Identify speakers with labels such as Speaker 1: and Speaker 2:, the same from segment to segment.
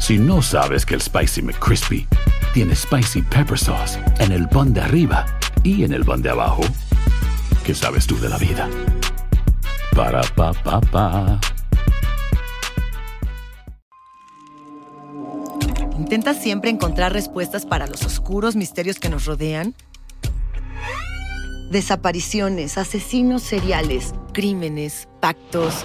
Speaker 1: Si no sabes que el Spicy McCrispy tiene Spicy Pepper Sauce en el pan de arriba y en el pan de abajo, ¿qué sabes tú de la vida? Para, pa, pa, pa.
Speaker 2: ¿Intentas siempre encontrar respuestas para los oscuros misterios que nos rodean? Desapariciones, asesinos seriales, crímenes, pactos.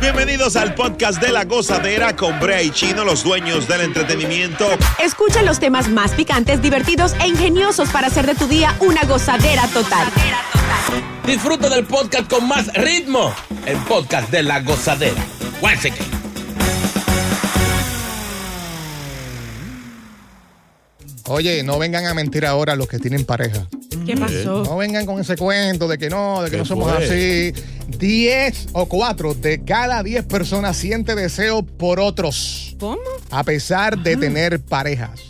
Speaker 3: Bienvenidos al podcast de la gozadera con Brea y Chino, los dueños del entretenimiento.
Speaker 4: Escucha los temas más picantes, divertidos e ingeniosos para hacer de tu día una gozadera total.
Speaker 5: Disfruta del podcast con más ritmo. El podcast de la gozadera. Guánseque.
Speaker 6: Oye, no vengan a mentir ahora los que tienen pareja.
Speaker 4: ¿Qué pasó?
Speaker 6: No vengan con ese cuento de que no, de que
Speaker 5: ¿Qué
Speaker 6: no somos
Speaker 5: fue?
Speaker 6: así. Diez o cuatro de cada diez personas siente deseo por otros,
Speaker 4: ¿Cómo?
Speaker 6: a pesar de tener parejas.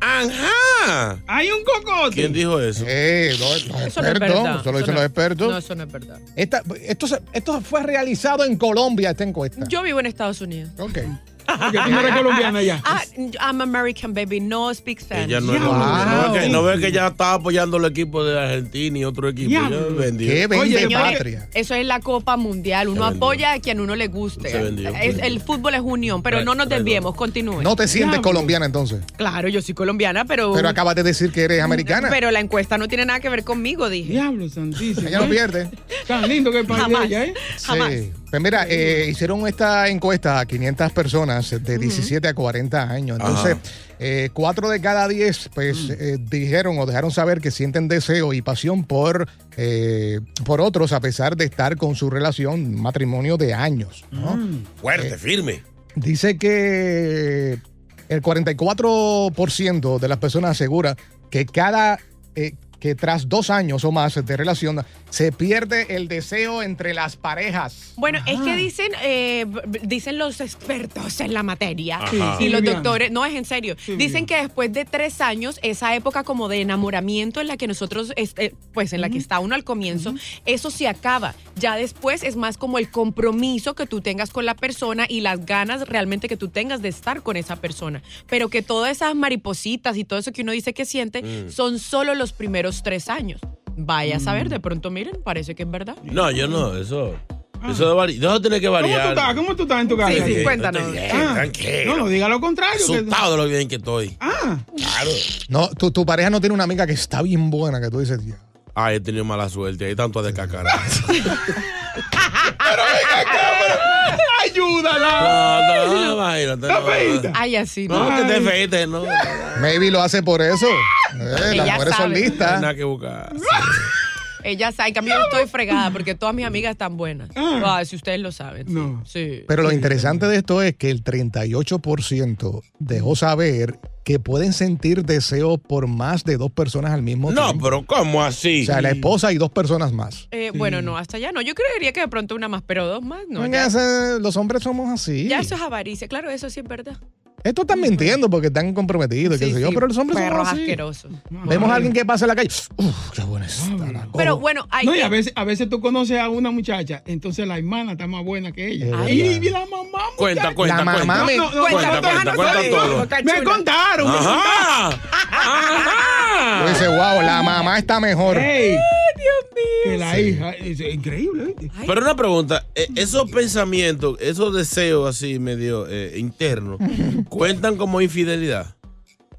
Speaker 5: ¡Ajá!
Speaker 7: Hay un cocote.
Speaker 5: ¿Quién dijo eso?
Speaker 6: Eh, no, los expertos, eso lo dicen los expertos.
Speaker 8: No, eso no es verdad.
Speaker 6: Esta- esto, se- esto fue realizado en Colombia, esta encuesta.
Speaker 8: Yo vivo en Estados Unidos.
Speaker 6: Ok.
Speaker 7: Porque tú no eres colombiana ya.
Speaker 8: Ah, I'm American, baby. No speak Spanish.
Speaker 5: Ella no, es
Speaker 6: Wow.
Speaker 5: colombiana. no, ve que, no ve que ya estaba apoyando el equipo de Argentina y otro equipo. Ya
Speaker 7: Diablo.
Speaker 5: vendió.
Speaker 6: Qué Ah, vende
Speaker 8: Señores,
Speaker 6: patria.
Speaker 8: eso es la Copa Mundial. Uno
Speaker 5: vendió.
Speaker 8: apoya a quien uno le guste.
Speaker 5: Se vendió.
Speaker 8: Es- el fútbol es unión, pero
Speaker 5: Tra-
Speaker 8: no nos
Speaker 5: traidor.
Speaker 8: desviemos. Continúe.
Speaker 6: No te sientes
Speaker 7: Diablo.
Speaker 6: colombiana entonces.
Speaker 8: Claro, yo soy colombiana, pero.
Speaker 6: Pero acabas de decir que eres americana.
Speaker 8: Pero la encuesta no tiene nada que ver conmigo, dije.
Speaker 7: Diablo santísimo.
Speaker 6: Ella no
Speaker 7: ¿eh?
Speaker 6: pierde.
Speaker 7: Tan lindo que el país de
Speaker 8: Jamás.
Speaker 7: ella, ¿eh?
Speaker 8: Jamás.
Speaker 6: Sí. Pues mira, eh, hicieron esta encuesta a 500 personas de 17 a 40 años. Entonces, eh, cuatro de cada 10 pues, eh, dijeron o dejaron saber que sienten deseo y pasión por, eh, por otros a pesar de estar con su relación, matrimonio de años. ¿no?
Speaker 5: Mm.
Speaker 7: Mm.
Speaker 6: Eh.
Speaker 5: Fuerte, firme.
Speaker 6: Dice que el 44% de las personas asegura que cada eh, que tras dos años o más de relación se pierde el deseo entre las parejas.
Speaker 8: Bueno, es que dicen, eh, b- b- dicen los expertos en la materia
Speaker 5: Ajá. Sí,
Speaker 8: y
Speaker 7: sí,
Speaker 8: los
Speaker 7: Viviana.
Speaker 8: doctores, no es en serio,
Speaker 7: Sí,
Speaker 8: dicen
Speaker 7: Viviana.
Speaker 8: que después de tres años, esa época como de enamoramiento en la que nosotros, este, pues en la que está uno al comienzo, eso se acaba. Ya después es más como el compromiso que tú tengas con la persona y las ganas realmente que tú tengas de estar con esa persona. Pero que todas esas maripositas y todo eso que uno dice que siente
Speaker 7: Mm.
Speaker 8: son solo los primeros tres años. Vaya a saber, de pronto miren, parece que es verdad.
Speaker 5: No, yo no, eso. Eso de vari- eso tiene que
Speaker 7: ¿Cómo tú
Speaker 5: variar.
Speaker 7: estás? ¿Cómo tú estás en tu casa?
Speaker 8: Sí, sí,
Speaker 5: Bien,
Speaker 8: cuéntanos.
Speaker 5: estoy bien,
Speaker 7: Ah,
Speaker 5: Tranquilo.
Speaker 7: No, no diga lo contrario. que-
Speaker 5: Asustado de lo bien que estoy.
Speaker 7: Ah,
Speaker 5: Claro.
Speaker 6: No, tu, tu pareja no tiene una amiga que está bien buena, que tú dices, tío.
Speaker 5: Ay, he tenido mala suerte. Hay tanto de cacara.
Speaker 7: ayúdala.
Speaker 5: No, no, no, imagínate.
Speaker 7: Está
Speaker 5: no.
Speaker 7: feita.
Speaker 8: Ay, así, ¿no?
Speaker 5: No, que te
Speaker 7: Ay.
Speaker 5: feíste, no. No hay
Speaker 6: Maybe lo hace por eso. Eh, las
Speaker 8: Ella
Speaker 6: mujeres son
Speaker 8: sabe.
Speaker 6: listas.
Speaker 5: nada que buscar.
Speaker 8: Ella sabe, en cambio yo estoy fregada porque todas mis amigas están buenas. Ah, si ustedes lo saben. sí,
Speaker 7: No.
Speaker 8: Sí.
Speaker 6: Pero lo interesante de esto es que el 38% dejó saber que pueden sentir deseo por más de dos personas al mismo
Speaker 5: No,
Speaker 6: tiempo.
Speaker 5: pero ¿cómo
Speaker 6: O
Speaker 5: así?
Speaker 6: sea, la esposa y dos personas más.
Speaker 8: Eh, Bueno, no, hasta ya no. Yo creería que de pronto una más, pero dos más no.
Speaker 6: Venga,
Speaker 8: Ya,
Speaker 6: ese- los hombres somos así.
Speaker 8: ya eso es avaricia. Claro, eso sí es verdad.
Speaker 6: Esto están mintiendo porque están comprometidos, qué
Speaker 8: Sí,
Speaker 6: sé yo,
Speaker 8: sí,
Speaker 6: pero los hombres
Speaker 8: perros
Speaker 6: somos así.
Speaker 8: asquerosos.
Speaker 6: Vemos a alguien que pasa en la calle. Uf, qué buena está la cosa.
Speaker 8: Pero bueno, hay
Speaker 7: No, y a veces, a veces tú conoces a una muchacha, entonces la hermana está más buena que ella.
Speaker 6: Es
Speaker 7: y,
Speaker 6: verdad.
Speaker 7: la mamá.
Speaker 5: Cuenta,
Speaker 6: La
Speaker 5: cuenta, cuenta.
Speaker 6: mamá me-
Speaker 7: No, no, no,
Speaker 8: Cuenta,
Speaker 7: no,
Speaker 8: cuenta,
Speaker 7: no,
Speaker 5: cuenta
Speaker 7: no,
Speaker 5: todo.
Speaker 7: no, Me contaron. me contaron.
Speaker 5: Ajá. Ajá.
Speaker 6: Tú dices, wow, la mamá está mejor.
Speaker 7: Ey, que la hija. Es increíble, ¿viste?
Speaker 5: Pero una pregunta, eh, esos pensamientos, esos deseos así medio eh, internos, ¿cuentan como infidelidad?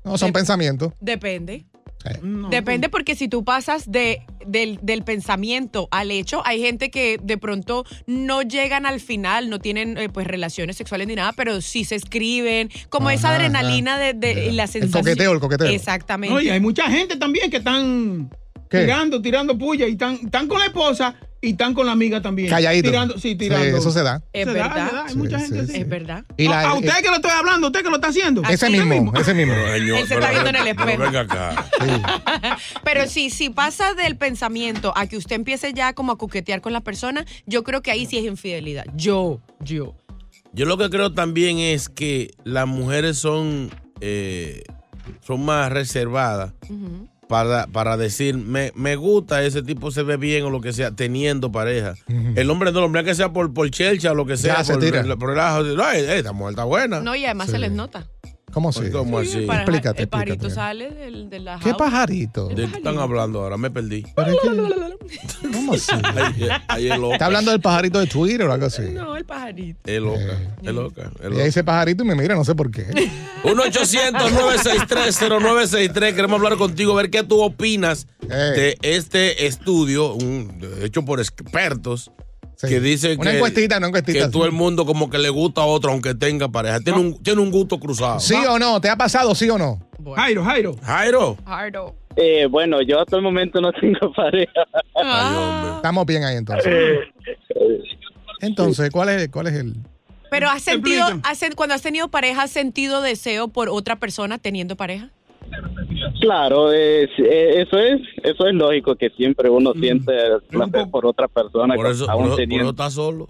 Speaker 6: No, son pensamientos.
Speaker 8: Depende.
Speaker 7: Eh.
Speaker 8: Depende porque si tú pasas de, del, del pensamiento al hecho, hay gente que de pronto no llegan al final, no tienen eh, pues relaciones sexuales ni nada, pero sí se escriben, como esa
Speaker 7: Ajá,
Speaker 8: adrenalina de, de- y la sensación.
Speaker 7: coqueteo, el
Speaker 6: coqueteo.
Speaker 8: Exactamente.
Speaker 7: No, y hay mucha gente también que están
Speaker 6: ¿Qué?
Speaker 7: tirando, tirando puya y están, están con la esposa y están con la amiga también.
Speaker 6: Calladito.
Speaker 7: Tirando, sí,
Speaker 6: Sí,
Speaker 7: tirando.
Speaker 6: eso se da.
Speaker 8: Es
Speaker 7: Se da,
Speaker 8: verdad.
Speaker 7: se da, hay mucha gente así.
Speaker 8: Es verdad.
Speaker 7: A- a,
Speaker 6: eh,
Speaker 7: usted que lo estoy hablando, usted que lo está haciendo.
Speaker 6: Ese mismo, ese mismo.
Speaker 8: Él se está viendo en el espejo.
Speaker 5: Venga acá.
Speaker 8: Pero sí, si pasa del pensamiento a que usted empiece ya como a coquetear con la persona, yo creo que ahí sí es infidelidad. Yo, yo.
Speaker 5: Yo lo que creo también es que las mujeres son, eh, son más reservadas para, para decir, me, me gusta, ese tipo se ve bien o lo que sea, teniendo pareja. El hombre no, el hombre que sea por, por chelcha o lo que sea,
Speaker 6: Ya, se
Speaker 5: por,
Speaker 6: tira.
Speaker 5: por relajo, no, eh, esta mujer está buena.
Speaker 8: No, y además se les nota.
Speaker 6: ¿Cómo así?
Speaker 5: Pues, ¿Cómo así?
Speaker 8: El paja- el pajarito sale del, de la
Speaker 6: ¿Qué
Speaker 8: jaula.
Speaker 6: pajarito?
Speaker 5: ¿De qué están hablando ahora? Me perdí.
Speaker 6: ¿Cómo así?
Speaker 5: Ay, eh, ay, es loca.
Speaker 6: Está hablando del pajarito de Twitter o algo así.
Speaker 8: No, el pajarito.
Speaker 5: Es loca, es loca, es
Speaker 6: Ella
Speaker 5: loca.
Speaker 6: dice pajarito y me mira, no sé por qué.
Speaker 5: 1-800-963-0963. Queremos hablar contigo, ver qué tú opinas
Speaker 6: Eh.
Speaker 5: de este estudio un- hecho por expertos que dice
Speaker 6: Una
Speaker 5: que,
Speaker 6: encuestita, una encuestita,
Speaker 5: que
Speaker 6: sí. Ah.
Speaker 5: todo el mundo como que le gusta a otro aunque tenga pareja. Tiene, un, tiene un gusto cruzado.
Speaker 6: ¿Sí o no? ¿Te ha pasado sí o no?
Speaker 7: Jairo, Jairo.
Speaker 5: Jairo.
Speaker 8: Hardo.
Speaker 9: Eh, bueno, yo hasta el momento no tengo pareja.
Speaker 8: Ah.
Speaker 6: Estamos bien ahí entonces.
Speaker 9: Eh,
Speaker 6: Entonces, ¿cuál es, cuál es el...?
Speaker 8: Pero has sentido, has sen- cuando has tenido pareja, ¿has sentido deseo por otra persona teniendo pareja?
Speaker 9: claro, es- eh, eso es eso es lógico que siempre uno
Speaker 7: Mm.
Speaker 9: siente placer por otra persona.
Speaker 5: Por eso,
Speaker 9: aún
Speaker 5: por, por
Speaker 9: teniendo-
Speaker 5: eso está solo.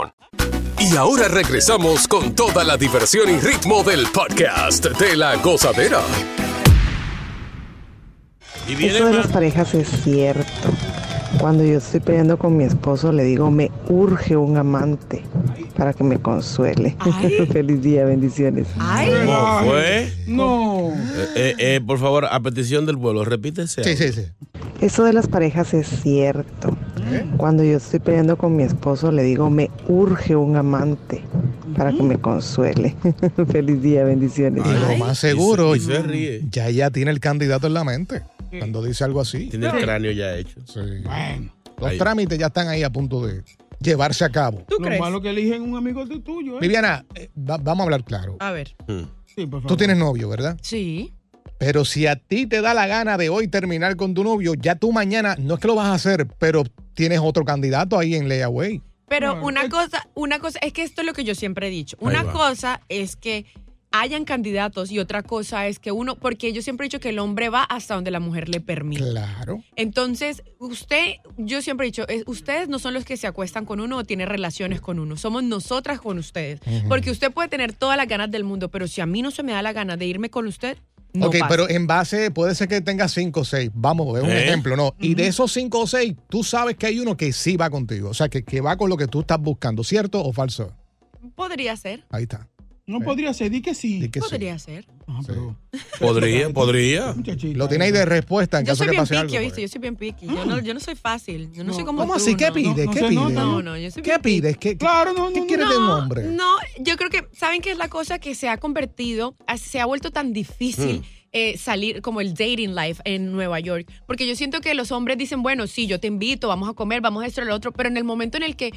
Speaker 10: Y ahora regresamos con toda la diversión y ritmo del podcast de la gozadera.
Speaker 11: Eso de las parejas es cierto. Cuando yo estoy peleando con mi esposo, le digo, me urge un amante para que me consuele. Feliz día, bendiciones.
Speaker 5: ¿Cómo fue?
Speaker 7: No.
Speaker 5: Eh, eh, por favor, a petición del pueblo, repítese.
Speaker 6: Sí, sí, ¿Eh? sí.
Speaker 11: Eso de las parejas es cierto. Cuando yo estoy peleando con mi esposo, le digo, me urge un amante para que me consuele. Feliz día, bendiciones.
Speaker 6: Y lo más seguro,
Speaker 11: y se- y se ríe.
Speaker 6: ya ya tiene el candidato en la mente cuando dice algo así.
Speaker 5: Tiene el cráneo ya hecho.
Speaker 6: Los trámites ya están ahí a punto de llevarse a cabo.
Speaker 7: Lo malo que eligen un amigo de tuyo. ¿eh?
Speaker 6: Viviana, eh, va- vamos a hablar claro.
Speaker 8: A ver.
Speaker 7: Sí, por
Speaker 6: Tú
Speaker 7: favor.
Speaker 6: tienes novio, ¿verdad?
Speaker 8: Sí.
Speaker 6: Pero si a ti te da la gana de hoy terminar con tu novio, ya tú mañana, no es que lo vas a hacer, pero tienes otro candidato ahí en Layaway.
Speaker 8: Pero una cosa, una cosa, es que esto es lo que yo siempre he dicho.
Speaker 6: Ahí
Speaker 8: Una
Speaker 6: va.
Speaker 8: cosa es que hayan candidatos y otra cosa es que uno, porque yo siempre he dicho que el hombre va hasta donde la mujer le permite.
Speaker 6: Claro.
Speaker 8: Entonces, usted, yo siempre he dicho, es- ustedes no son los que se acuestan con uno o tienen relaciones con uno, somos nosotras con ustedes.
Speaker 6: Ujú.
Speaker 8: Porque usted puede tener todas las ganas del mundo, pero si a mí no se me da la gana de irme con usted, no
Speaker 6: ok,
Speaker 8: pasa.
Speaker 6: pero en base, puede ser que tengas 5 o 6, vamos, es un
Speaker 5: ¿Eh?
Speaker 6: ejemplo, ¿no? Y de esos 5 o 6, tú sabes que hay uno que sí va contigo, o sea, que, que va con lo que tú estás buscando, ¿cierto o falso?
Speaker 8: Podría ser,
Speaker 6: Ahí está. Eh,
Speaker 7: No podría ser, di que sí.
Speaker 8: podría ser.
Speaker 6: Ah,
Speaker 5: Podría, podría.
Speaker 6: Lo tiene ahí de respuesta en
Speaker 8: Yo
Speaker 6: caso
Speaker 8: soy
Speaker 6: que
Speaker 8: bien
Speaker 6: pase
Speaker 8: piqui,
Speaker 6: algo. pues.
Speaker 8: ¿oíste? Yo soy bien piqui. Yo, no, yo no soy fácil. Yo no, soy como
Speaker 6: ¿Cómo
Speaker 8: tú,
Speaker 6: así? ¿Qué
Speaker 8: no.
Speaker 6: pides? ¿Qué pides?
Speaker 8: No, no, yo soy
Speaker 6: ¿Qué pides? ¿Qué, claro,
Speaker 7: no,
Speaker 6: ¿qué quieres de un hombre?
Speaker 8: No, yo creo que, ¿saben qué es la cosa? Que se ha convertido, se ha vuelto tan difícil
Speaker 6: Mm.
Speaker 8: eh, salir como el dating life en Nueva York. Porque yo siento que los hombres dicen, bueno, sí, yo te invito, vamos a comer, vamos a esto, lo otro, pero en el momento en el que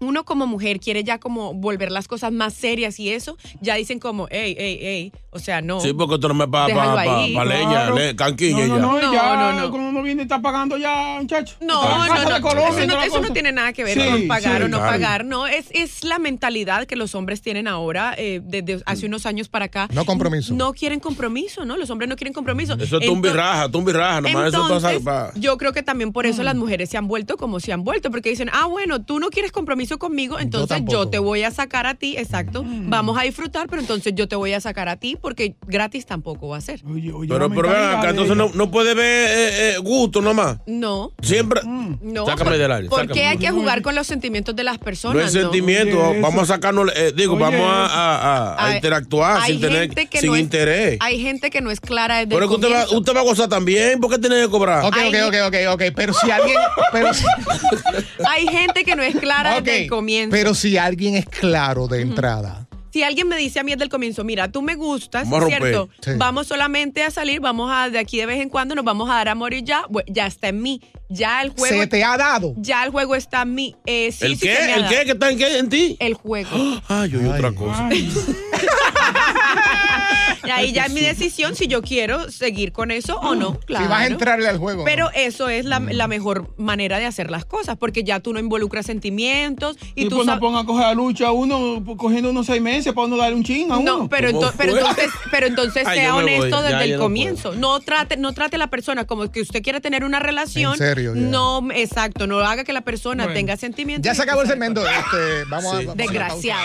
Speaker 8: uno como mujer quiere ya como volver las cosas más serias y eso, ya dicen como, ey, ey, ey, o sea, no.
Speaker 5: Sí, porque tú no me pagas para
Speaker 8: Déjalo
Speaker 5: pa,
Speaker 8: ahí.
Speaker 5: pa leña,
Speaker 8: Claro.
Speaker 5: le- canquilla
Speaker 7: No,
Speaker 5: ya.
Speaker 7: no, no, ya,
Speaker 8: No, no, no.
Speaker 7: Como uno viene está pagando ya, muchacho.
Speaker 8: No,
Speaker 7: Casa
Speaker 8: no, no,
Speaker 7: de Colombia,
Speaker 8: eso, no,
Speaker 7: toda la
Speaker 8: eso no
Speaker 7: cosa.
Speaker 8: tiene nada que ver
Speaker 7: Sí,
Speaker 8: con pagar
Speaker 7: sí,
Speaker 8: o no
Speaker 7: claro.
Speaker 8: pagar, no, es, es la mentalidad que los hombres tienen ahora eh, desde hace unos años para acá.
Speaker 5: No compromiso.
Speaker 8: No quieren compromiso, ¿no? Los hombres no quieren compromiso.
Speaker 5: Eso es tumba y
Speaker 8: Entonces-
Speaker 5: raja, tumba y raja, nomás eso pasa
Speaker 8: entonces,
Speaker 5: pa-
Speaker 8: yo creo que también por
Speaker 7: Mm.
Speaker 8: eso las mujeres se han vuelto como se han vuelto, porque dicen, ah, bueno, tú no quieres compromiso conmigo, entonces yo, te voy a sacar a ti, exacto,
Speaker 7: Mm.
Speaker 8: vamos a disfrutar, pero entonces yo te voy a sacar a ti porque gratis tampoco va a ser.
Speaker 5: Pero, pero ven acá, entonces no, no puede ver eh, eh, gusto nomás.
Speaker 8: No.
Speaker 5: Siempre.
Speaker 8: No,
Speaker 5: Sácame
Speaker 8: por-
Speaker 5: del aire,
Speaker 8: ¿Por
Speaker 5: sácame.
Speaker 8: qué hay que jugar con los sentimientos de las personas?
Speaker 5: No es sentimiento, vamos a sacarnos, eh, digo,
Speaker 8: Oye,
Speaker 5: vamos a, a- a- a
Speaker 8: Hay-
Speaker 5: interactuar
Speaker 8: hay
Speaker 5: sin, tener,
Speaker 8: gente que
Speaker 5: sin
Speaker 8: no es-
Speaker 5: interés.
Speaker 8: Hay gente que no es clara desde
Speaker 5: Pero
Speaker 8: el
Speaker 5: es que usted va, uh,
Speaker 8: comienzo.
Speaker 5: usted va a gozar también, ¿por qué tiene que cobrar?
Speaker 8: Ok, ok, ok,
Speaker 6: ok, ok, pero si alguien... Pero si-
Speaker 8: Hay gente que no es clara
Speaker 6: Ok,
Speaker 8: desde el comienzo.
Speaker 6: Pero si alguien es claro de entrada.
Speaker 8: si alguien me dice a mí desde el comienzo, mira, tú me gustas,
Speaker 6: Vamos a romper.
Speaker 8: ¿cierto?
Speaker 6: Sí.
Speaker 8: Vamos solamente a salir, vamos a de aquí de vez en cuando, nos vamos a dar amor y ya, bu- ya está en mí. Ya el juego.
Speaker 6: ¿Se te ha dado?
Speaker 8: Ya el juego está en mí. Eh, sí,
Speaker 5: ¿El
Speaker 8: sí
Speaker 5: qué?
Speaker 8: se me ha
Speaker 5: ¿El
Speaker 8: dado.
Speaker 5: qué? ¿Qué está en qué? ¿En ti? ¡Ah!
Speaker 8: El juego.
Speaker 5: Ay, oye, otra cosa.
Speaker 8: Y ahí ya es mi decisión si yo quiero seguir con eso o no, claro.
Speaker 6: Si vas a Mm. entrarle al juego.
Speaker 8: Pero eso es la, la mejor manera de hacer las cosas, porque ya tú no involucras sentimientos y,
Speaker 7: Y
Speaker 8: tú
Speaker 7: pues no
Speaker 8: sabes.
Speaker 7: ponga a coger a lucha a uno, pues, cogiendo unos seis meses para uno darle un ching a uno.
Speaker 8: No, pero, ento- pero entonces, pero entonces
Speaker 7: Ay,
Speaker 8: sea
Speaker 7: yo me voy,
Speaker 8: honesto
Speaker 7: ya,
Speaker 8: desde
Speaker 7: ya
Speaker 8: el
Speaker 7: no
Speaker 8: comienzo. No trate, no trate a la persona como que usted quiere tener una relación.
Speaker 6: En serio, ya.
Speaker 8: No, exacto, no haga que la persona tenga sentimientos.
Speaker 6: Ya se acabó el
Speaker 8: segmento.
Speaker 6: segmento. Este, vamos a- vamos a...
Speaker 8: Desgraciado.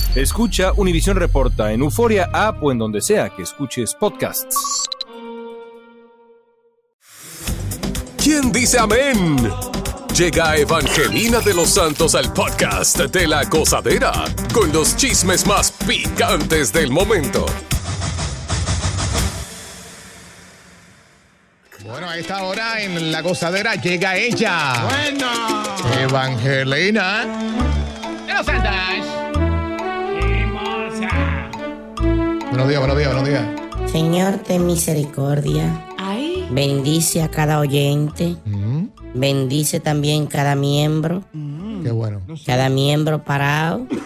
Speaker 12: Escucha Univisión Reporta en Euforia App o en donde sea que escuches podcasts.
Speaker 10: ¿Quién dice amén? Llega Evangelina de los Santos al podcast de la gozadera con los chismes más picantes del momento.
Speaker 6: Bueno, a esta hora en La Gozadera llega ella. Bueno. Evangelina.
Speaker 13: Los
Speaker 6: Buenos días, buenos días, buenos días.
Speaker 14: Señor, ten misericordia. Bendice a cada oyente.
Speaker 6: Mm.
Speaker 14: Bendice también cada miembro.
Speaker 6: Qué bueno.
Speaker 14: Cada miembro parado.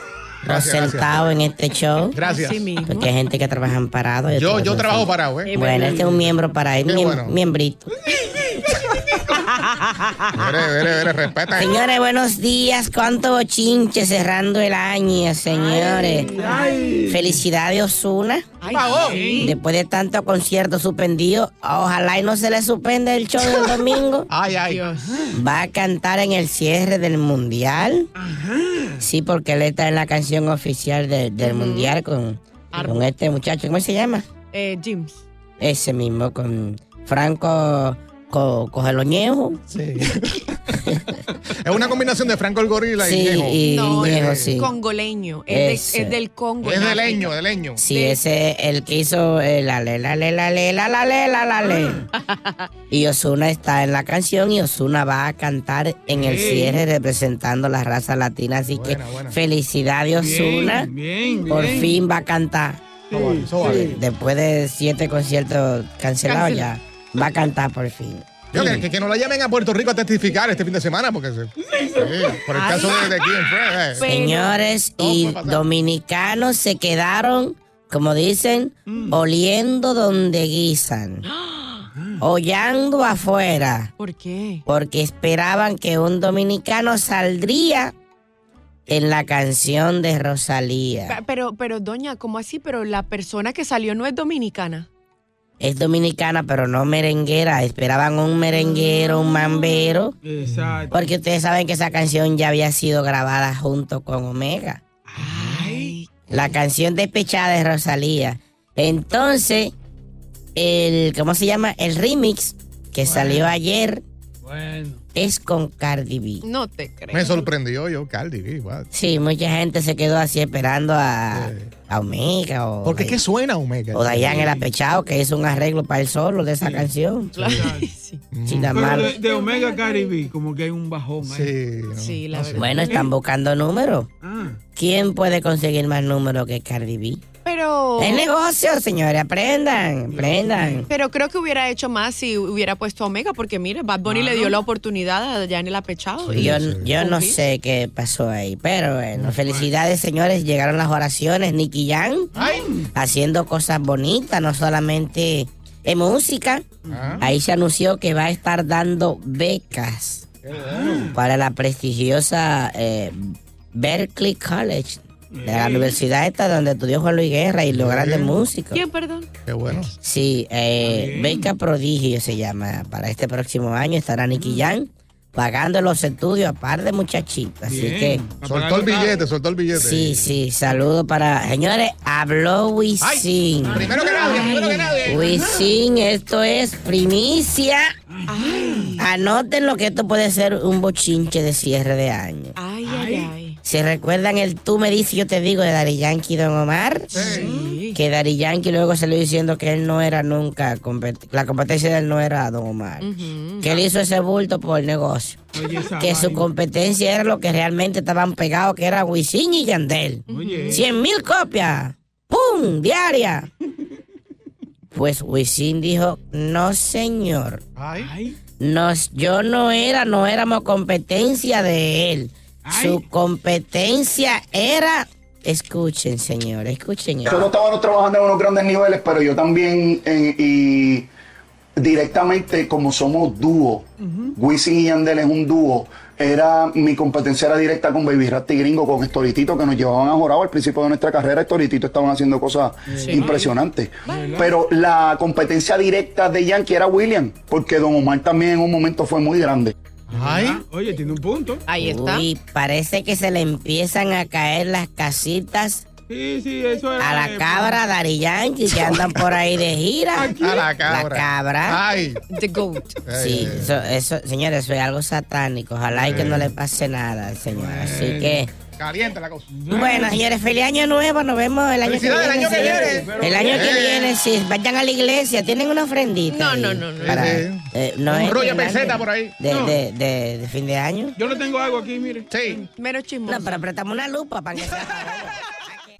Speaker 6: Gracias,
Speaker 14: o
Speaker 6: gracias.
Speaker 14: sentado en este show.
Speaker 6: Gracias. Así mismo.
Speaker 14: Porque hay gente que trabaja parado.
Speaker 6: Yo- yo trabajo
Speaker 14: parado,
Speaker 6: parado, ¿eh?
Speaker 14: Bueno, este es un miembro parado. Es
Speaker 6: Qué
Speaker 14: miem-
Speaker 6: bueno.
Speaker 14: miembrito.
Speaker 6: Vere, vere, vere, respeta.
Speaker 14: Señores, buenos días. Cuánto bochinche cerrando el año, señores. Felicidades, Osuna. Después de tanto concierto suspendido, ojalá y no se le suspenda el show del domingo.
Speaker 6: Ay, ay.
Speaker 14: Va a cantar en el cierre del mundial. Sí, porque él está en la canción oficial de- del mundial con, con este muchacho. ¿Cómo se llama?
Speaker 8: Eh, Jims.
Speaker 14: Ese mismo, con Franco Co- Cogeloñejo.
Speaker 6: Sí. Es una combinación de Franco el Gorila
Speaker 14: Sí,
Speaker 6: y Ñejo.
Speaker 14: y No, Ñejo,
Speaker 8: eh,
Speaker 14: es sí.
Speaker 8: Congoleño. Es, de-
Speaker 14: Ese.
Speaker 8: es del Congo.
Speaker 6: Es
Speaker 8: en
Speaker 6: de
Speaker 8: África.
Speaker 6: leño, de leño.
Speaker 14: Sí, ese es el que hizo eh, la le, la le, la le, la la le, la la le. Y Osuna está en la canción y Osuna va a cantar en el
Speaker 13: Sí.
Speaker 14: cierre representando la raza latina. Así que felicidades, Osuna. ¿eh? Por
Speaker 13: bien.
Speaker 14: fin va a cantar. Sí, Después de siete conciertos cancelados
Speaker 6: Cancela.
Speaker 14: ya, va a cantar por fin.
Speaker 6: Yo, que, que- que no la llamen a Puerto Rico a testificar este fin de semana, porque se- sí, por el
Speaker 14: Ay.
Speaker 6: caso de, de aquí en Fred, eh.
Speaker 14: Señores y dominicanos se quedaron, como dicen,
Speaker 6: Mm.
Speaker 14: oliendo donde guisan. Hollando afuera.
Speaker 8: ¿Por qué?
Speaker 14: porque esperaban que un dominicano saldría en la canción de Rosalía.
Speaker 8: Pa- Pero, pero, doña, ¿cómo así? Pero la persona que salió no es dominicana.
Speaker 14: Es dominicana, pero no merenguera. Esperaban un merenguero, un mambero.
Speaker 7: Exacto.
Speaker 14: Porque ustedes saben que esa canción ya había sido grabada junto con Omega. La canción despechada de Rosalía. Entonces, el, ¿cómo se llama? El remix que salió ayer es con Cardi B.
Speaker 8: No te creo.
Speaker 6: Me sorprendió yo, Cardi B. what?
Speaker 14: Sí, mucha gente se quedó así esperando a, a Omega o,
Speaker 6: Porque qué suena Omega.
Speaker 14: o Dayan el Apechado, que hizo un arreglo para el solo de esa canción. Sin
Speaker 7: Pero
Speaker 14: amar-
Speaker 7: de, de Omega Caribe, como que hay un bajón ahí.
Speaker 8: Sí,
Speaker 7: la
Speaker 14: Bueno,
Speaker 7: eh.
Speaker 14: están buscando números.
Speaker 7: Ah.
Speaker 6: Mm.
Speaker 14: ¿Quién puede conseguir más números que Cardi B?
Speaker 8: Pero.
Speaker 14: Es negocio, señores. Aprendan, aprendan.
Speaker 8: Pero creo que hubiera hecho más si hubiera puesto a Omega, porque mire, Bad Bunny le dio la oportunidad a Jan el apechado.
Speaker 14: Y
Speaker 8: Y-
Speaker 14: yo, yo no
Speaker 8: Sí.
Speaker 14: sé qué pasó ahí, pero bueno, felicidades señores, llegaron las oraciones, Nicky Jan, haciendo cosas bonitas, no solamente en música.
Speaker 8: Ah.
Speaker 14: Ahí se anunció que va a estar dando becas
Speaker 6: Ah.
Speaker 14: para la prestigiosa eh, Berkeley College, de la universidad esta donde estudió Juan Luis Guerra y los grandes músicos.
Speaker 8: ¿Quién, perdón?
Speaker 6: Qué bueno.
Speaker 14: Sí, eh, Beca Prodigio se llama. Para este próximo año estará
Speaker 6: Mm.
Speaker 14: Nicky Jan pagando los estudios a par de muchachitos. Así
Speaker 6: Bien.
Speaker 14: que.
Speaker 6: Soltó el billete, soltó el billete.
Speaker 14: Sí, sí, saludo para. Señores, habló Wisin.
Speaker 6: Primero que nadie, primero que nadie.
Speaker 14: Wisin, esto es primicia. Anoten lo que esto puede ser un bochinche de cierre de año.
Speaker 8: Ay, ay, ay.
Speaker 14: ¿Se recuerdan el tú me dices, yo te digo de Dari Yankee y Don Omar? Sí. Que Dari Yankee luego salió diciendo que él no era nunca, compet- la competencia de él no era Don Omar. Que él hizo ese bulto por negocio.
Speaker 7: Oye, esa
Speaker 14: Que su competencia era lo que realmente estaban pegados, que era Wisin y Yandel.
Speaker 7: Oye.
Speaker 14: Cien mil copias. ¡Pum! Diaria. Pues Wisin dijo, no señor.
Speaker 7: Ay.
Speaker 14: Nos, yo no era, no éramos competencia de él. Su competencia era. Escuchen, señor, escuchen. esto.
Speaker 13: Nosotros estábamos trabajando en unos grandes niveles, pero yo también eh, y directamente como somos dúo, Wisin y Yandel es un dúo, era mi competencia era directa con Baby Rat y Gringo, con Estoritito, que nos llevaban a Jorado al principio de nuestra carrera, Estoritito estaban haciendo cosas
Speaker 15: Sí.
Speaker 13: impresionantes. Pero la competencia directa de Yankee era William, porque Don Omar también en un momento fue muy grande.
Speaker 15: Ah,
Speaker 7: Ay. Ah, Oye, tiene un punto.
Speaker 8: Ahí
Speaker 14: Uy, parece que se le empiezan a caer las casitas
Speaker 7: Sí, sí, eso es.
Speaker 14: a la cabra Dari Yankee que andan por ahí de gira.
Speaker 7: ¿A quién? A la
Speaker 14: cabra. La cabra.
Speaker 8: The Goat.
Speaker 14: Sí, eso, eso, señores, eso es algo satánico. Ojalá y que no le pase nada al señor. Así que.
Speaker 6: Caliente la cosa.
Speaker 14: Bueno, señores, feliz año nuevo. Nos vemos el año que viene.
Speaker 6: Felicidades, el año que
Speaker 14: señores.
Speaker 6: viene.
Speaker 14: El año que
Speaker 6: Eh.
Speaker 14: viene, sí. Vayan a la iglesia, tienen una ofrendita.
Speaker 7: No,
Speaker 14: ahí
Speaker 7: no, no, no.
Speaker 14: para-
Speaker 7: Sí,
Speaker 14: eh, no
Speaker 7: Un
Speaker 14: es
Speaker 7: rollo de
Speaker 14: grande.
Speaker 7: peseta por ahí.
Speaker 14: De,
Speaker 7: No.
Speaker 14: de- de- de fin de año.
Speaker 7: Yo le tengo algo aquí, mire.
Speaker 6: Sí.
Speaker 8: Mero chismoso.
Speaker 14: No, pero apretamos una lupa para que sea.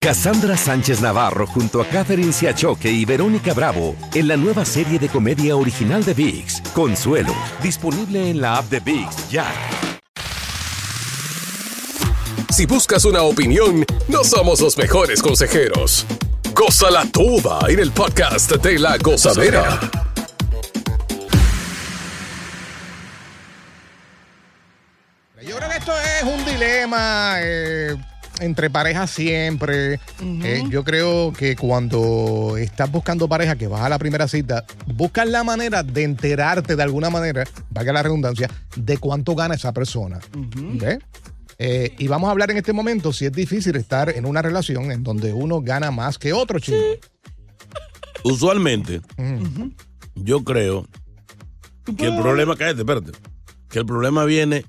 Speaker 16: Cassandra Sánchez Navarro junto a Catherine Siachoque y Verónica Bravo en la nueva serie de comedia original de VIX, Consuelo, disponible en la app de VIX ya.
Speaker 10: Si buscas una opinión, no somos los mejores consejeros. Goza la tuba en el podcast de la gozadera.
Speaker 6: Yo creo que esto es un dilema eh, entre parejas siempre. Eh, yo creo que cuando estás buscando pareja que vas a la primera cita, buscas la manera de enterarte de alguna manera, valga la redundancia, de cuánto gana esa persona. ¿Ve? Eh, y vamos a hablar en este momento si es difícil estar en una relación en donde uno gana más que otro, chico.
Speaker 5: Usualmente, yo creo que el
Speaker 6: puedes-
Speaker 5: problema, cállate, espérate, que el problema viene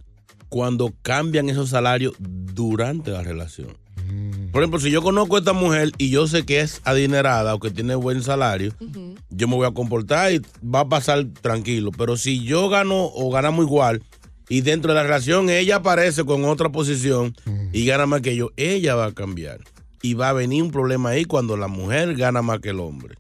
Speaker 5: cuando cambian esos salarios durante la relación.
Speaker 6: Mm.
Speaker 5: Por ejemplo, si yo conozco a esta mujer y yo sé que es adinerada o que tiene buen salario, yo me voy a comportar y va a pasar tranquilo. Pero si yo gano o ganamos igual y dentro de la relación ella aparece con otra posición
Speaker 6: Mm.
Speaker 5: y gana más que yo, ella va a cambiar. Y va a venir un problema ahí cuando la mujer gana más que el hombre.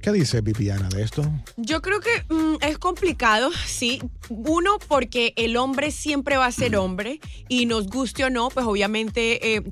Speaker 6: ¿Qué dice Viviana de esto?
Speaker 8: Yo creo que mm, es complicado, sí. Uno, porque el hombre siempre va a ser hombre y nos guste o no, pues obviamente eh,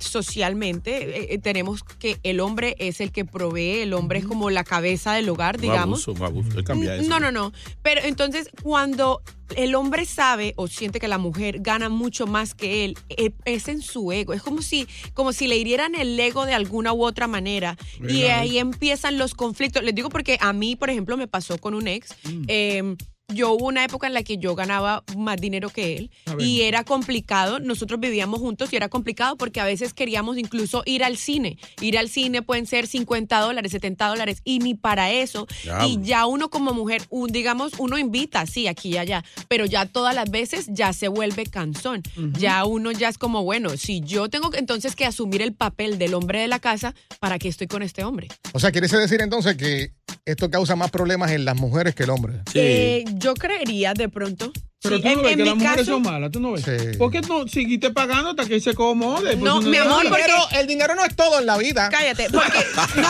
Speaker 8: socialmente eh, eh, tenemos que el hombre es el que provee, el hombre es como la cabeza del hogar,
Speaker 5: Un
Speaker 8: digamos.
Speaker 5: abuso, un abuso. Él cambia eso.
Speaker 8: No, no, no. Pero entonces, cuando el hombre sabe o siente que la mujer gana mucho más que él, e- es en su ego. Es como si, como si le hirieran el ego de alguna u otra manera. Y
Speaker 4: Verdad.
Speaker 8: ahí empiezan los conflictos. Les digo porque a mí, por ejemplo, me pasó con un ex.
Speaker 4: Mm.
Speaker 8: Eh, yo hubo una época en la que yo ganaba más dinero que él
Speaker 4: A ver.
Speaker 8: y era complicado. Nosotros vivíamos juntos y era complicado porque a veces queríamos incluso ir al cine. Ir al cine pueden ser 50 dólares, 70 dólares y ni para eso.
Speaker 4: Diablo.
Speaker 8: Y ya uno como mujer, un- digamos, uno invita, sí, aquí y allá, pero ya todas las veces ya se vuelve cansón. Ya uno ya es como, bueno, si yo tengo que- entonces que asumir el papel del hombre de la casa, ¿para qué estoy con este hombre?
Speaker 6: O sea, ¿quieres decir entonces que esto causa más problemas en las mujeres que el hombre?
Speaker 8: Eh, yo creería de pronto.
Speaker 7: Pero
Speaker 8: sí,
Speaker 7: tú no
Speaker 8: en-
Speaker 7: ves
Speaker 8: en
Speaker 7: que
Speaker 8: mi
Speaker 7: las mujeres
Speaker 8: caso-
Speaker 7: son malas, tú no ves. ¿Por qué no seguiste pagando hasta que se Pues acomode?
Speaker 8: No, mi amor, porque-
Speaker 6: el dinero no es todo en la vida.
Speaker 8: Cállate, porque no,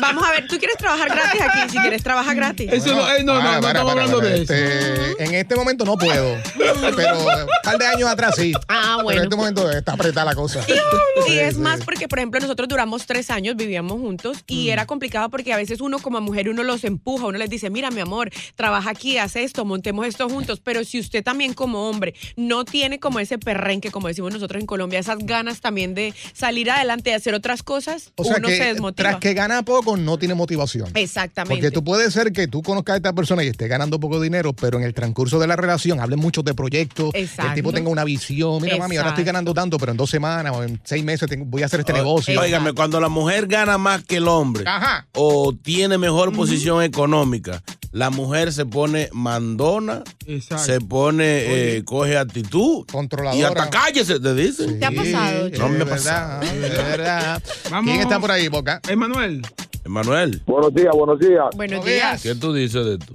Speaker 8: vamos a ver, tú quieres trabajar gratis aquí, si quieres trabaja gratis.
Speaker 6: Bueno, Ah, para, para, para, para, este, En este momento no puedo, pero un par de años atrás sí.
Speaker 8: Ah,
Speaker 6: Pero
Speaker 8: bueno.
Speaker 6: en este momento está apretada la cosa.
Speaker 8: Y es más porque, por ejemplo, nosotros duramos tres años, vivíamos juntos y
Speaker 6: Mm.
Speaker 8: era complicado porque a veces uno como mujer, uno los empuja, uno les dice, mira, mi amor, trabaja aquí, haz esto, montemos esto juntos. Pero si usted también como hombre no tiene como ese perrenque, como decimos nosotros en Colombia, esas ganas también de salir adelante y hacer otras cosas,
Speaker 6: O sea
Speaker 8: uno
Speaker 6: que
Speaker 8: se
Speaker 6: tras
Speaker 8: desmotiva.
Speaker 6: que gana poco no tiene motivación.
Speaker 8: Exactamente.
Speaker 6: Porque tú puedes ser que tú conozcas a esta persona y esté ganando poco dinero, pero en el transcurso de la relación hablen mucho de proyectos,
Speaker 8: Exacto.
Speaker 6: el tipo tenga una visión, mira mami, ahora estoy
Speaker 8: Exacto.
Speaker 6: ganando tanto, pero en dos semanas o en seis meses tengo- voy a
Speaker 5: Ah,
Speaker 6: hacer este negocio.
Speaker 5: Óigame, cuando la mujer gana más que el hombre
Speaker 7: Ah.
Speaker 6: Ajá.
Speaker 5: o tiene mejor posición económica, la mujer se pone mandona, se pone, eh, coge actitud y
Speaker 6: Controladora.
Speaker 5: hasta cállese, te dice.
Speaker 6: ¿Te ha pasado, Che?
Speaker 5: No me
Speaker 6: De
Speaker 5: ha pasado.
Speaker 6: verdad. ¿Quién está por ahí, Boca?
Speaker 7: Emanuel.
Speaker 5: Emanuel.
Speaker 15: Buenos días, buenos días.
Speaker 8: Buenos
Speaker 15: días.
Speaker 5: ¿Qué tú dices de esto?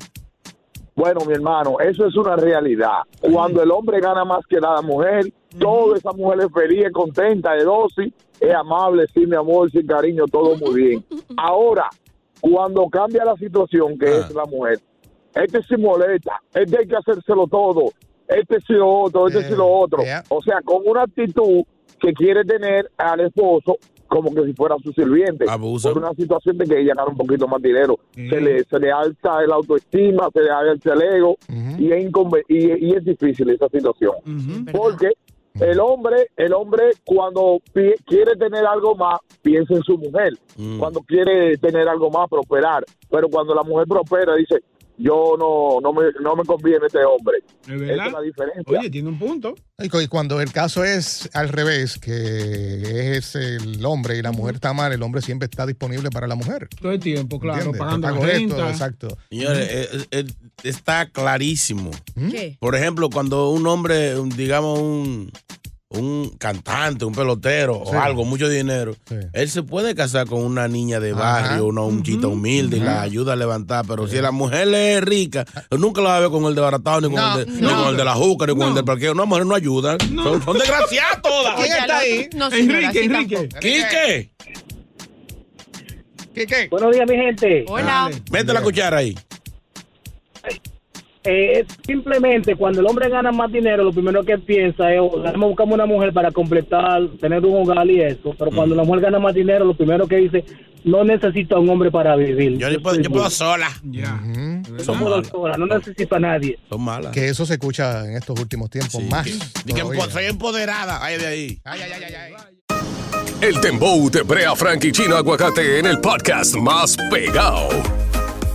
Speaker 15: Bueno, mi hermano, eso es una realidad. Cuando el hombre gana más que la mujer, toda esa mujer es feliz, es contenta, es dócil, es amable, sí, mi amor, sin cariño, todo muy bien. Ahora, cuando cambia la situación que es la mujer, este se molesta, este hay que hacérselo todo, este sí lo otro, este sí lo otro. O sea, con una actitud que quiere tener al esposo como que si fuera su sirviente. Por una situación de que ella gana un poquito más dinero. Se,
Speaker 7: Mm.
Speaker 15: le, se le alza el autoestima, se le alza el ego y, es inconven- y, y es difícil esa situación. Porque el hombre, el hombre cuando pi- quiere tener algo más, piensa en su mujer.
Speaker 7: Mm.
Speaker 15: Cuando quiere tener algo más, prosperar. Pero cuando la mujer prospera, dice, yo no, no, me, no me conviene este hombre. Esa es la diferencia.
Speaker 7: Oye, tiene un punto.
Speaker 6: Y cu- y cuando el caso es al revés, que es el hombre y la mujer está mal, el hombre siempre está disponible para la mujer.
Speaker 7: Todo el tiempo, claro,
Speaker 6: ¿Entiendes?
Speaker 7: pagando
Speaker 6: Pago esto,
Speaker 7: renta.
Speaker 6: exacto.
Speaker 5: Señores, eh, eh, está clarísimo.
Speaker 17: ¿Mm?
Speaker 6: ¿Mm?
Speaker 8: ¿Qué?
Speaker 5: Por ejemplo, cuando un hombre, un- digamos un, un cantante, un pelotero
Speaker 12: Sí.
Speaker 5: o algo, mucho dinero, él se puede casar con una niña de barrio, una muchita humilde y la ayuda a levantar, pero si la mujer es rica, nunca la va a ver con el de baratado, ni con,
Speaker 7: No,
Speaker 5: el, de,
Speaker 7: no.
Speaker 5: ni con el de la juca, ni con el del parqueo. No, mujeres no ayudan. Son, son desgraciadas todas.
Speaker 7: ¿Quién está ahí?
Speaker 8: No,
Speaker 7: señora, así
Speaker 5: ¿Quique?
Speaker 6: ¿Quique?
Speaker 17: Buenos días, mi gente.
Speaker 8: Hola.
Speaker 5: Mete la cuchara ahí.
Speaker 17: Eh, simplemente cuando el hombre gana más dinero, lo primero que piensa es, "Oh, vamos a buscar una mujer para completar, tener un hogar y eso. Pero
Speaker 5: Mm.
Speaker 17: cuando la mujer gana más dinero, lo primero que dice, no necesito a un hombre para vivir. Yo,
Speaker 5: puedo-
Speaker 17: estoy
Speaker 5: yo puedo
Speaker 17: bien".
Speaker 5: sola.
Speaker 17: Yo puedo sola, no necesito a nadie.
Speaker 5: Son malas.
Speaker 6: Que eso se escucha en estos últimos tiempos más.
Speaker 5: Dije, pues,
Speaker 6: todavía.
Speaker 5: soy empoderada. Ay, de ahí.
Speaker 10: El dembow de Brea Frank y Chino Aguacate en el podcast más pegado.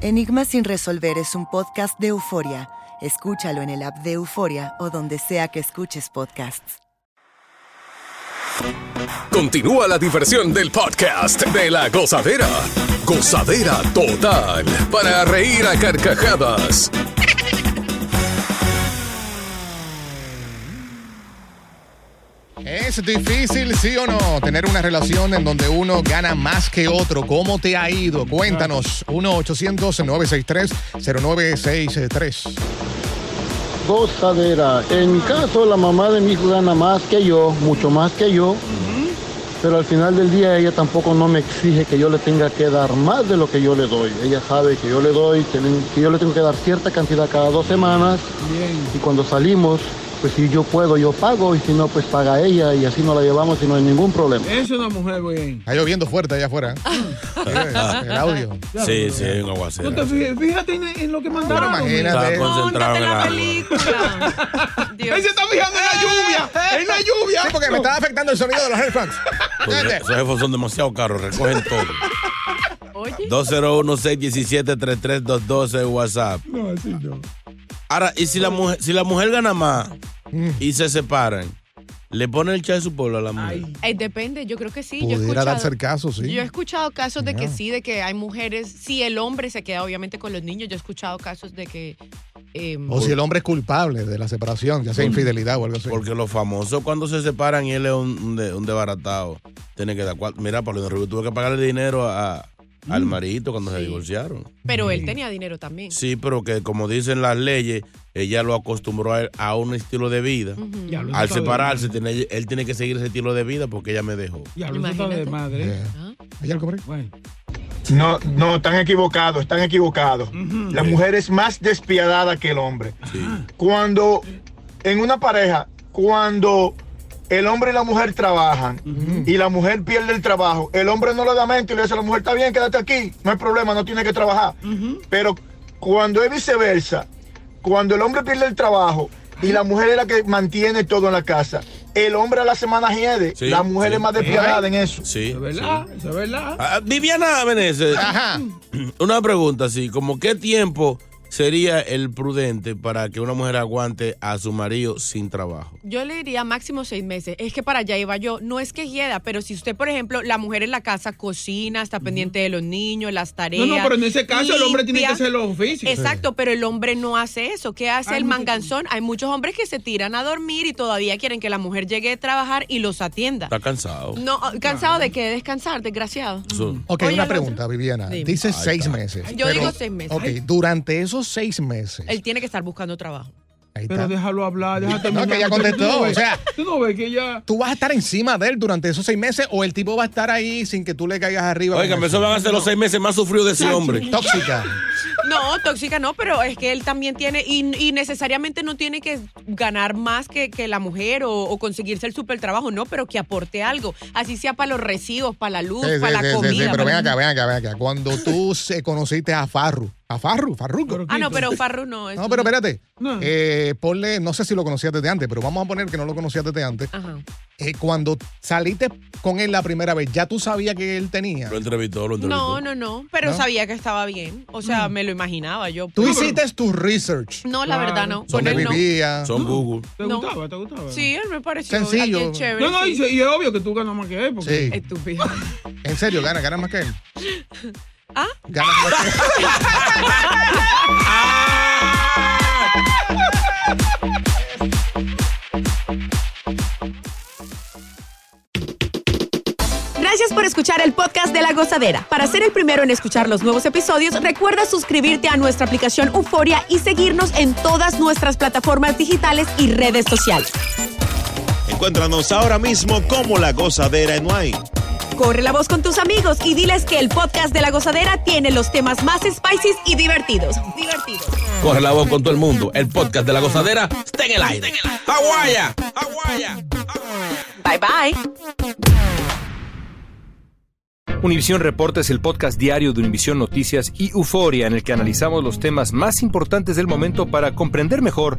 Speaker 2: Enigma sin resolver es un podcast de euforia. Escúchalo en el app de Euforia o donde sea que escuches podcasts.
Speaker 10: Continúa la diversión del podcast de la gozadera. Gozadera total. Para reír a carcajadas.
Speaker 6: Es difícil, sí o no, tener una relación en donde uno gana más que otro. ¿Cómo te ha ido? Cuéntanos. 1-800-963-0963.
Speaker 18: gozadera. En caso la mamá de mi hijo gana más que yo, mucho más que yo, pero al final del día ella tampoco no me exige que yo le tenga que dar más de lo que yo le doy. Ella sabe que yo le doy, tienen- que yo le tengo que dar cierta cantidad cada dos semanas y cuando salimos, pues si yo puedo, yo pago y si no, pues paga ella y así nos la llevamos y no hay ningún problema.
Speaker 7: Es una mujer bien.
Speaker 6: Está lloviendo fuerte allá afuera. El audio.
Speaker 5: Sí, sí, hay un aguacero.
Speaker 7: No te fijas- fíjate en, en lo que mandaron.
Speaker 5: Estaba concentrado en la
Speaker 7: Él se está fijando en la lluvia.
Speaker 8: Eh,
Speaker 7: En la lluvia.
Speaker 6: Sí, porque me estaba afectando el sonido de los headphones.
Speaker 5: Porque Pues Esos jefos son demasiado caros, recogen todo. 201-617-3322 es WhatsApp.
Speaker 7: No, así no.
Speaker 5: Ahora, ¿y si la mujer, si la mujer gana más y se separan? ¿Le pone el chá de su pueblo a la mujer?
Speaker 8: Eh, depende, yo creo que sí. yo he
Speaker 5: Pudiera
Speaker 8: escuchado-
Speaker 5: darse el caso, sí.
Speaker 8: Yo he escuchado casos de que sí, de que hay mujeres, si el hombre se queda obviamente con los niños, yo he escuchado casos de que... em,
Speaker 6: O si el hombre es culpable de la separación,
Speaker 5: Mm.
Speaker 6: ya sea infidelidad o algo así.
Speaker 5: Porque los famosos cuando se separan y él es un, un de- un desbaratado, tiene que dar cuatro. Mira, Paulino Rubio tuvo que pagarle dinero a,
Speaker 8: Mm.
Speaker 5: al marito cuando se divorciaron.
Speaker 8: Pero él tenía dinero también.
Speaker 5: Sí, pero que como dicen las leyes, ella lo acostumbró a, él a un estilo de vida.
Speaker 7: Ya lo
Speaker 5: Al
Speaker 7: sabe.
Speaker 5: separarse, tiene- él tiene que seguir ese estilo de vida porque ella me dejó.
Speaker 7: Ya lo está de madre.
Speaker 6: ¿Hay algo por ahí?
Speaker 19: No, no, están equivocados, están equivocados. La mujer es más despiadada que el hombre. Cuando, en una pareja, cuando el hombre y la mujer trabajan y la mujer pierde el trabajo, el hombre no le da mente y le dice a la mujer, está bien, quédate aquí, no hay problema, no tiene que trabajar. Pero cuando es viceversa, cuando el hombre pierde el trabajo y la mujer es la que mantiene todo en la casa, el hombre a la semana hiede,
Speaker 5: Sí,
Speaker 19: la mujer
Speaker 5: sí.
Speaker 19: es más despiadada en eso.
Speaker 5: Sí.
Speaker 7: ¿Verdad? Eso es verdad.
Speaker 5: Ah, Viviana Meneses,
Speaker 7: Ajá.
Speaker 5: una pregunta así, como qué tiempo sería el prudente para que una mujer aguante a su marido sin trabajo?
Speaker 8: Yo le diría máximo seis meses. Es que para allá iba yo. No es que hieda, pero si usted, por ejemplo, la mujer en la casa cocina, está pendiente de los niños, las tareas.
Speaker 7: No, no, pero en ese caso el hombre tiene que
Speaker 8: limpia.
Speaker 7: hacer los oficios.
Speaker 8: Exacto, pero el hombre no hace eso. ¿Qué hace
Speaker 7: Hay
Speaker 8: el
Speaker 7: muchos-
Speaker 8: manganzón? Hay muchos hombres que se tiran a dormir y todavía quieren que la mujer llegue a trabajar y los atienda.
Speaker 5: Está cansado.
Speaker 8: No, ah, cansado de que descansar, desgraciado.
Speaker 6: Ok,
Speaker 8: Oye,
Speaker 6: una
Speaker 8: Alonso.
Speaker 6: pregunta, Viviana.
Speaker 8: Dime.
Speaker 6: Dices
Speaker 8: Ahí
Speaker 6: seis
Speaker 8: está.
Speaker 6: meses.
Speaker 8: Yo digo seis meses.
Speaker 6: Ok,
Speaker 8: Ay.
Speaker 6: durante esos seis meses.
Speaker 8: Él tiene que estar buscando trabajo.
Speaker 6: Ahí
Speaker 7: Pero
Speaker 6: está.
Speaker 7: déjalo hablar, déjate
Speaker 6: No, que ya contestó. O sea,
Speaker 7: tú no ves que ya.
Speaker 6: ¿Tú vas a estar encima de él durante esos seis meses o el tipo va a estar ahí sin que tú le caigas arriba?
Speaker 5: Oiga,
Speaker 6: con
Speaker 5: eso van a ser los seis meses más sufridos de ese hombre.
Speaker 6: Tóxica.
Speaker 8: No, tóxica no, pero es que él también tiene, y, y necesariamente no tiene que ganar más que, que la mujer o, o conseguirse el super trabajo, no, pero que aporte algo. Así sea para los recibos, para la luz,
Speaker 6: Sí, sí,
Speaker 8: para la
Speaker 6: sí, sí,
Speaker 8: comida.
Speaker 6: sí, pero
Speaker 8: para-
Speaker 6: ven acá, ven acá, ven acá. Cuando tú se conociste a Farru, a Farru, Farruco.
Speaker 8: Ah, no, pero Farru no. es-
Speaker 6: No, pero espérate.
Speaker 8: No.
Speaker 6: Eh, ponle, no sé si lo conocías desde antes, pero vamos a poner que no lo conocías desde antes. Eh, cuando saliste con él la primera vez, ya tú sabías que él tenía.
Speaker 5: Lo entrevistó, lo entrevistó.
Speaker 8: No, no, no, pero
Speaker 6: ¿No? Mm.
Speaker 8: sabía que estaba bien. O sea, me lo imaginaba yo. pues.
Speaker 6: Tú hiciste tu research.
Speaker 8: No, la verdad no. Con
Speaker 6: ¿Dónde
Speaker 8: él no.
Speaker 6: vivía?
Speaker 5: Son Google.
Speaker 7: ¿Te gustaba? ¿Te gustaba?
Speaker 8: Sí, él me pareció
Speaker 6: Sencillo.
Speaker 8: alguien chévere.
Speaker 7: No, no,
Speaker 8: sí.
Speaker 7: y, y es obvio que tú ganas más que él.
Speaker 6: Sí.
Speaker 7: Porque
Speaker 8: Estúpido.
Speaker 6: En serio, gana, gana más que él.
Speaker 8: ¿Ah?
Speaker 6: Gana más que él.
Speaker 4: Gracias por escuchar el podcast de La Gozadera. Para ser el primero en escuchar los nuevos episodios, recuerda suscribirte a nuestra aplicación Euforia y seguirnos en todas nuestras plataformas digitales y redes sociales.
Speaker 3: Encuéntranos ahora mismo como La Gozadera en Wine.
Speaker 4: Corre la voz con tus amigos y diles que el podcast de La Gozadera tiene los temas más spicy y divertidos. Divertidos.
Speaker 5: Corre la voz con todo el mundo. El podcast de la gozadera está en el aire. ¡Aguaya!
Speaker 4: Bye bye.
Speaker 12: Univisión Reporta es el podcast diario de Univisión Noticias y Euforia en el que analizamos los temas más importantes del momento para comprender mejor